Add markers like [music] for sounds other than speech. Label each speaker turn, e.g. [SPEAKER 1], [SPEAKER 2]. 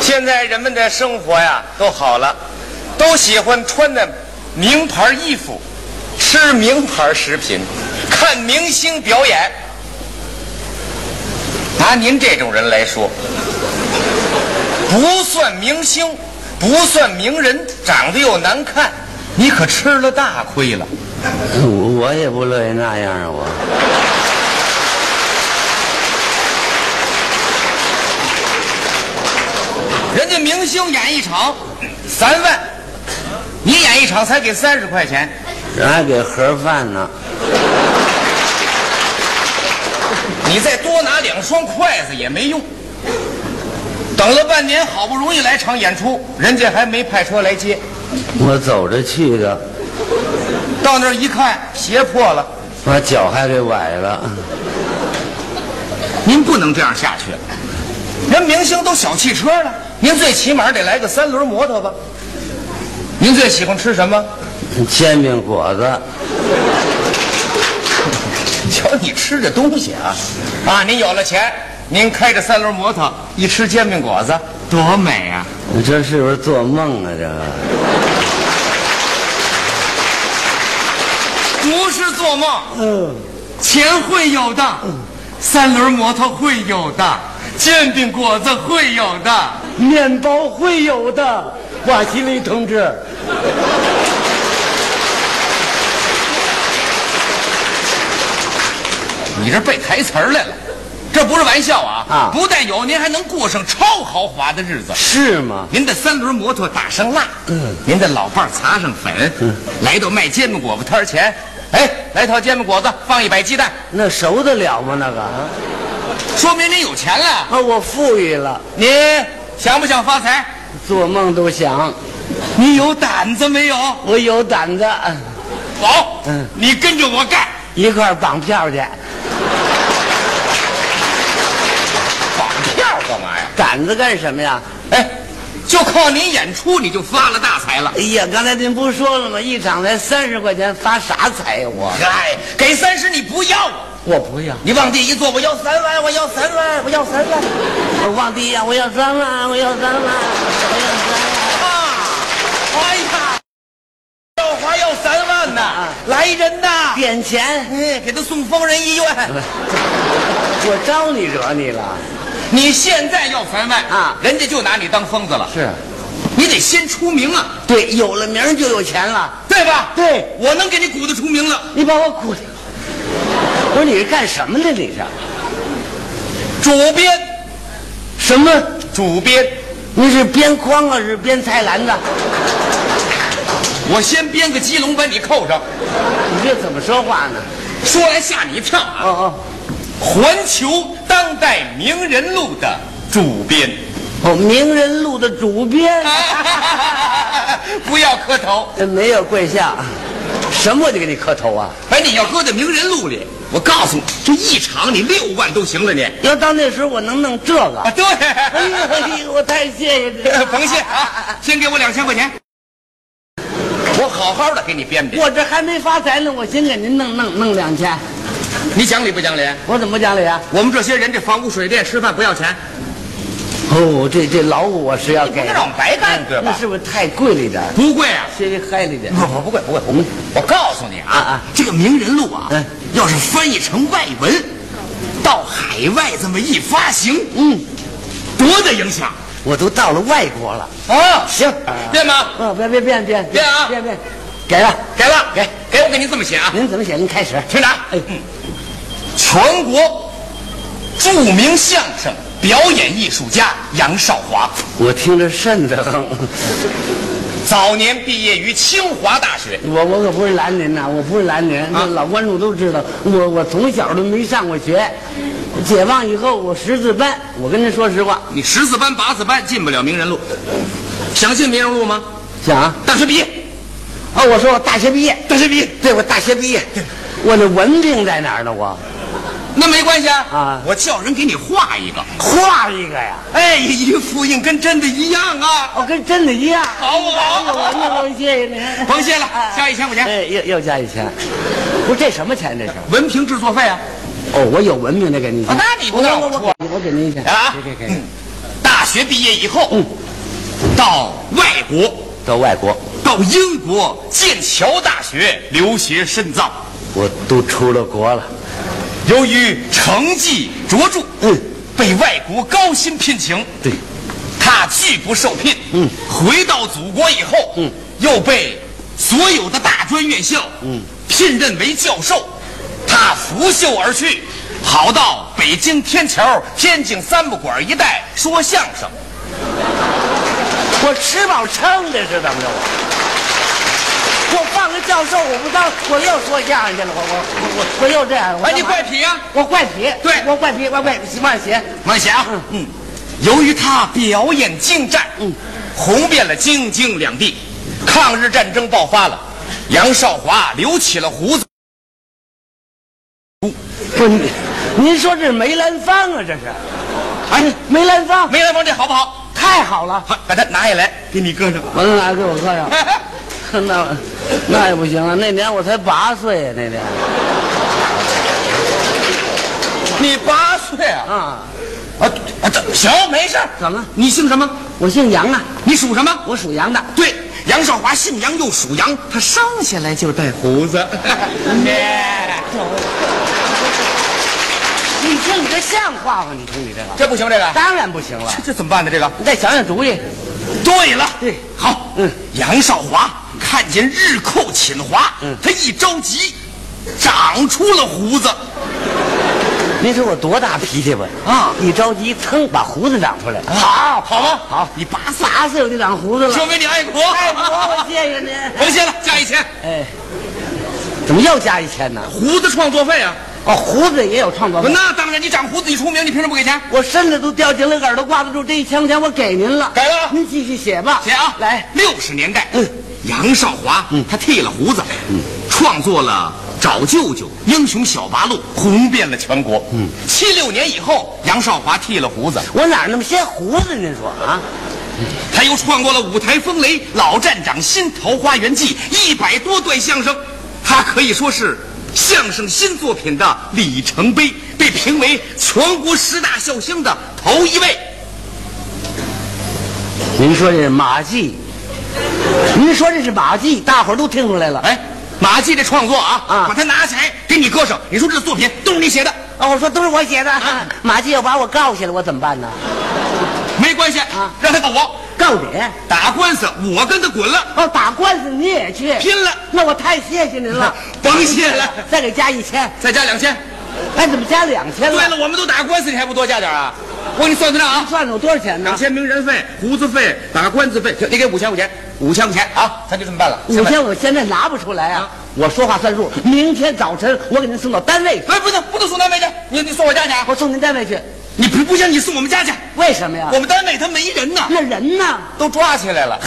[SPEAKER 1] 现在人们的生活呀都好了，都喜欢穿的名牌衣服，吃名牌食品，看明星表演。拿您这种人来说，不算明星，不算名人，长得又难看，你可吃了大亏了。
[SPEAKER 2] 我 [coughs] 我也不乐意那样啊，我
[SPEAKER 1] 人家明星演一场三万，你演一场才给三十块钱，
[SPEAKER 2] 人还给盒饭呢。
[SPEAKER 1] 你再多拿两双筷子也没用。等了半年，好不容易来场演出，人家还没派车来接，
[SPEAKER 2] 我走着去的，
[SPEAKER 1] 到那儿一看，鞋破了。
[SPEAKER 2] 把脚还给崴了。
[SPEAKER 1] 您不能这样下去，人明星都小汽车了，您最起码得来个三轮摩托吧。您最喜欢吃什么？ [laughs]
[SPEAKER 2] 煎饼果子，
[SPEAKER 1] 瞧你吃这东西啊，啊，您有了钱，您开着三轮摩托，一吃煎饼果子，多美啊！
[SPEAKER 2] 你这是不是做梦啊？这个
[SPEAKER 1] 不是做梦，嗯，钱会有的，三轮摩托会有的，煎饼果子会有的。
[SPEAKER 3] 面包会有的，瓦西里同志。
[SPEAKER 1] 你这背台词儿来了，这不是玩笑啊！
[SPEAKER 2] 啊
[SPEAKER 1] 不但有，您还能过上超豪华的日子。
[SPEAKER 2] 是吗？
[SPEAKER 1] 您的三轮摩托打上蜡，嗯，您的老伴儿擦上粉，嗯，来到卖煎饼果子摊儿前，哎，来套煎饼果子，放一百鸡蛋，
[SPEAKER 2] 那熟得了吗？那个啊，
[SPEAKER 1] 说明您有钱了。
[SPEAKER 2] 啊我富裕了，
[SPEAKER 1] 您想不想发财？
[SPEAKER 2] 做梦都想。
[SPEAKER 1] 你有胆子没有？
[SPEAKER 2] 我有胆子，
[SPEAKER 1] 走，你跟着我干。
[SPEAKER 2] 一块儿绑票去。
[SPEAKER 1] 绑票干嘛呀？
[SPEAKER 2] 胆子干什么呀？
[SPEAKER 1] 哎，就靠您演出，你就发了大财了。
[SPEAKER 2] 哎呀，刚才您不说了吗？一场才三十块钱，发啥财呀？我
[SPEAKER 1] 嗨，哎给三十你不要啊！
[SPEAKER 2] 我不要，
[SPEAKER 1] 你往地一坐，我要三万，我要三万，我要三万
[SPEAKER 2] 我忘地呀！我要三万，我要三万，我要三万。
[SPEAKER 1] 啊！哎呀，耀华要三万
[SPEAKER 2] 啊
[SPEAKER 1] 呐！来人呐！
[SPEAKER 2] 点钱，
[SPEAKER 1] 哎，给他送疯人医
[SPEAKER 2] 啊
[SPEAKER 1] 院。
[SPEAKER 2] 我招你惹你了？
[SPEAKER 1] 你现在要三万
[SPEAKER 2] 啊
[SPEAKER 1] 人家就拿你当疯子了。
[SPEAKER 2] 是，
[SPEAKER 1] 你得先出名啊，
[SPEAKER 2] 对，有了名儿就有钱了。
[SPEAKER 1] 对吧？
[SPEAKER 2] 对，
[SPEAKER 1] 我能给你鼓得出名了。
[SPEAKER 2] 你把我鼓的，我说你是干什么的？你是
[SPEAKER 1] 主编，
[SPEAKER 2] 什么？
[SPEAKER 1] 主编，
[SPEAKER 2] 你是编筐啊，是编菜篮子？
[SPEAKER 1] 我先编个鸡笼把你扣上，
[SPEAKER 2] 你这怎么说话呢？
[SPEAKER 1] 说来吓你一跳啊！
[SPEAKER 2] 哦哦，
[SPEAKER 1] 环球当代名人录的主编。 [laughs]
[SPEAKER 2] 哦，名人录的主编，
[SPEAKER 1] 哎不要磕头，
[SPEAKER 2] 呃没有跪下，什么我就给你磕头啊？
[SPEAKER 1] 哎，你要搁在名人录里，我告诉你，这一场你六万都行了你。
[SPEAKER 2] 要到那时候我能弄这个
[SPEAKER 1] 啊，，对，
[SPEAKER 2] 哎呦，哎呦我太谢谢你了，
[SPEAKER 1] [laughs] 冯谢啊，先给我两千块钱，我好好的给你编编。
[SPEAKER 2] [laughs] 我这还没发财呢，我先给您弄弄弄两千，
[SPEAKER 1] 你讲理不讲理？
[SPEAKER 2] 我怎么不讲理啊？
[SPEAKER 1] 我们这些人这房屋水电吃饭不要钱，
[SPEAKER 2] 哦，这这劳务我是要给的，
[SPEAKER 1] 我们白干嗯对
[SPEAKER 2] 那？是不是太贵了一点儿？
[SPEAKER 1] 不贵啊。
[SPEAKER 2] 稍微嗨了一点儿。
[SPEAKER 1] 不不不贵不贵不贵！我告诉你啊，
[SPEAKER 2] 啊啊
[SPEAKER 1] 这个名人录啊，
[SPEAKER 2] 嗯
[SPEAKER 1] 要是翻译成外文，到海外这么一发行，嗯，多大影响
[SPEAKER 2] 我都到了外国了，
[SPEAKER 1] 啊！行，变吗？
[SPEAKER 2] 嗯、别别变变
[SPEAKER 1] 变啊
[SPEAKER 2] 变变，给了，
[SPEAKER 1] 给了，给给我给您这么写啊，
[SPEAKER 2] 您怎么写？您开始。
[SPEAKER 1] 听着啊，
[SPEAKER 2] 嗯哎
[SPEAKER 1] 嗯全国著名相声表演艺术家杨少华，
[SPEAKER 2] 我听着瘆得慌，
[SPEAKER 1] 早年毕业于清华大学，
[SPEAKER 2] 我我可不是拦您呐、我不是拦您，那老观众都知道，我我从小都没上过学，解放以后我识字班，我跟您说实话，
[SPEAKER 1] 你十四班八四班进不了名人录，想进名人录吗？
[SPEAKER 2] 想啊，
[SPEAKER 1] 大学毕业，
[SPEAKER 2] 哦，我说我大学毕业，
[SPEAKER 1] 大学毕业。
[SPEAKER 2] 对我大学毕业， [laughs] 我那文凭在哪儿呢？我
[SPEAKER 1] 那没关系啊，
[SPEAKER 2] 啊
[SPEAKER 1] 我叫人给你画一个，
[SPEAKER 2] 画一个呀，
[SPEAKER 1] 哎，一复印跟真的一样啊。
[SPEAKER 2] 我跟真的一样。
[SPEAKER 1] 好不好
[SPEAKER 2] 哎呦我那我谢谢您。
[SPEAKER 1] 甭谢了，加一千块钱，
[SPEAKER 2] 哎，又又加一千，不是这什么钱？这是？
[SPEAKER 1] 文凭制作费啊。
[SPEAKER 2] 哦，我有文凭的给您一千。
[SPEAKER 1] 啊那你不让我
[SPEAKER 2] 我我我给我给您一千嗯
[SPEAKER 1] 啊
[SPEAKER 2] 给给给。
[SPEAKER 1] 大学毕业以后，到外国，
[SPEAKER 2] 到外国，
[SPEAKER 1] 到英国剑桥大学留学深造。
[SPEAKER 2] 我都出了国了，
[SPEAKER 1] 由于成绩卓著，
[SPEAKER 2] 嗯，
[SPEAKER 1] 被外国高薪聘请，
[SPEAKER 2] 对，
[SPEAKER 1] 他拒不受聘。
[SPEAKER 2] 嗯，
[SPEAKER 1] 回到祖国以后，
[SPEAKER 2] 嗯，
[SPEAKER 1] 又被所有的大专院校，
[SPEAKER 2] 嗯，
[SPEAKER 1] 聘任为教授。他拂袖而去，跑到北京天桥、天津三不管一带说相声。
[SPEAKER 2] 我吃饱撑的是怎么着？我我放个教授，我不当，我又说相声去了，我我我我又这样。我
[SPEAKER 1] 哎，
[SPEAKER 2] 干
[SPEAKER 1] 你
[SPEAKER 2] 嘛
[SPEAKER 1] 怪痞呀、
[SPEAKER 2] 我怪皮，
[SPEAKER 1] 对
[SPEAKER 2] 我怪皮，我怪万邪。
[SPEAKER 1] 万霞，嗯，由于他表演精湛，嗯，红遍了京津两地，抗日战争爆发了，杨少华留起了胡子，
[SPEAKER 2] 不是，您您说这是梅兰芳啊，这是？哎，梅兰芳
[SPEAKER 1] 梅兰芳这好不好？
[SPEAKER 2] 太好了，哎
[SPEAKER 1] 好把它拿下来，给你搁上。
[SPEAKER 2] 我能拿给我看呀？
[SPEAKER 1] [laughs]
[SPEAKER 2] 那那也不行啊，那年我才八岁啊，那年
[SPEAKER 1] 你八岁啊？
[SPEAKER 2] 啊，
[SPEAKER 1] 啊啊，怎行，没事儿
[SPEAKER 2] 怎么了
[SPEAKER 1] 你姓什么？
[SPEAKER 2] 我姓杨啊，
[SPEAKER 1] 你属什么？
[SPEAKER 2] 我属羊的。
[SPEAKER 1] 对，杨少华姓杨又属羊，他生下来就带胡 [laughs] 子。
[SPEAKER 2] 你听你这像话吗？你听你这个，
[SPEAKER 1] 这不行，这个
[SPEAKER 2] 当然不行了，
[SPEAKER 1] 这怎么办呢？这个。
[SPEAKER 2] 你再想想主意。
[SPEAKER 1] 对了，
[SPEAKER 2] 对
[SPEAKER 1] 好，
[SPEAKER 2] 嗯，
[SPEAKER 1] 杨少华看见日寇侵华，
[SPEAKER 2] 嗯
[SPEAKER 1] 他一着急，长出了胡子，
[SPEAKER 2] 您说我多大脾气吧？
[SPEAKER 1] 啊
[SPEAKER 2] 一着急，噌把胡子长出来。
[SPEAKER 1] 好，好吗？啊好，你八岁，
[SPEAKER 2] 八岁我就长胡子了
[SPEAKER 1] 说，明你爱国，
[SPEAKER 2] 哎，我谢谢您。
[SPEAKER 1] 甭谢了，加一千，
[SPEAKER 2] 哎，怎么又加一千呢？
[SPEAKER 1] 胡子创作费啊，
[SPEAKER 2] 哦，胡子也有创造力。
[SPEAKER 1] 那当然，你长胡子你出名，你凭什么不给钱？
[SPEAKER 2] 我身子都掉进了，耳朵挂得住，这一千块钱我给您了。
[SPEAKER 1] 给了
[SPEAKER 2] 您继续写吧。
[SPEAKER 1] 写啊，
[SPEAKER 2] 来，
[SPEAKER 1] 六十年代，
[SPEAKER 2] 嗯
[SPEAKER 1] 杨少华，他剃了胡子，创作了《找舅舅》《英雄小八路》，红遍了全国。嗯，七六年以后，杨少华剃了胡子。
[SPEAKER 2] 我哪儿那么些胡子？您说啊？
[SPEAKER 1] 他又创作了《舞台风雷》《老站长新桃花源记》一百多段相声，他可以说是相声新作品的里程碑，被评为全国十大笑星的头一位。
[SPEAKER 2] 您说这是马季，您说这是马季，大伙儿都听出来了。
[SPEAKER 1] 哎，马季这创作啊，
[SPEAKER 2] 啊
[SPEAKER 1] 把它拿起来给你搁上，你说这作品都是你写的，
[SPEAKER 2] 哦，我说都是我写的。马季要把我告下来，我怎么办呢？
[SPEAKER 1] 没关系
[SPEAKER 2] 啊
[SPEAKER 1] 让他告我
[SPEAKER 2] 告你？
[SPEAKER 1] 打官司，我跟他滚了，
[SPEAKER 2] 哦，打官司你也去？
[SPEAKER 1] 拼了！
[SPEAKER 2] 那我太谢谢您 [laughs] 了，
[SPEAKER 1] 甭谢了，
[SPEAKER 2] 再给加一千。
[SPEAKER 1] 再加两千。
[SPEAKER 2] 哎，怎么加两千
[SPEAKER 1] 对
[SPEAKER 2] 了？
[SPEAKER 1] 了，我们都打官司，你还不多加点啊？我给你算算账啊。
[SPEAKER 2] 算了，我多少钱
[SPEAKER 1] 两
[SPEAKER 2] 呢？
[SPEAKER 1] 千名人费、胡子费、打官司费，行，你给五千块钱，五千块钱啊，咱就这么办了。
[SPEAKER 2] 五千我现在拿不出来啊
[SPEAKER 1] 啊！
[SPEAKER 2] 我说话算数，明天早晨我给您送到单位去。
[SPEAKER 1] 哎，不能不能送单位去，你你送我家去啊！
[SPEAKER 2] 我送您单位去，
[SPEAKER 1] 你不不行，你送我们家去，
[SPEAKER 2] 为什么呀
[SPEAKER 1] [laughs] 我？们单位他没人呢，
[SPEAKER 2] 那人呢？
[SPEAKER 1] 都抓起来了。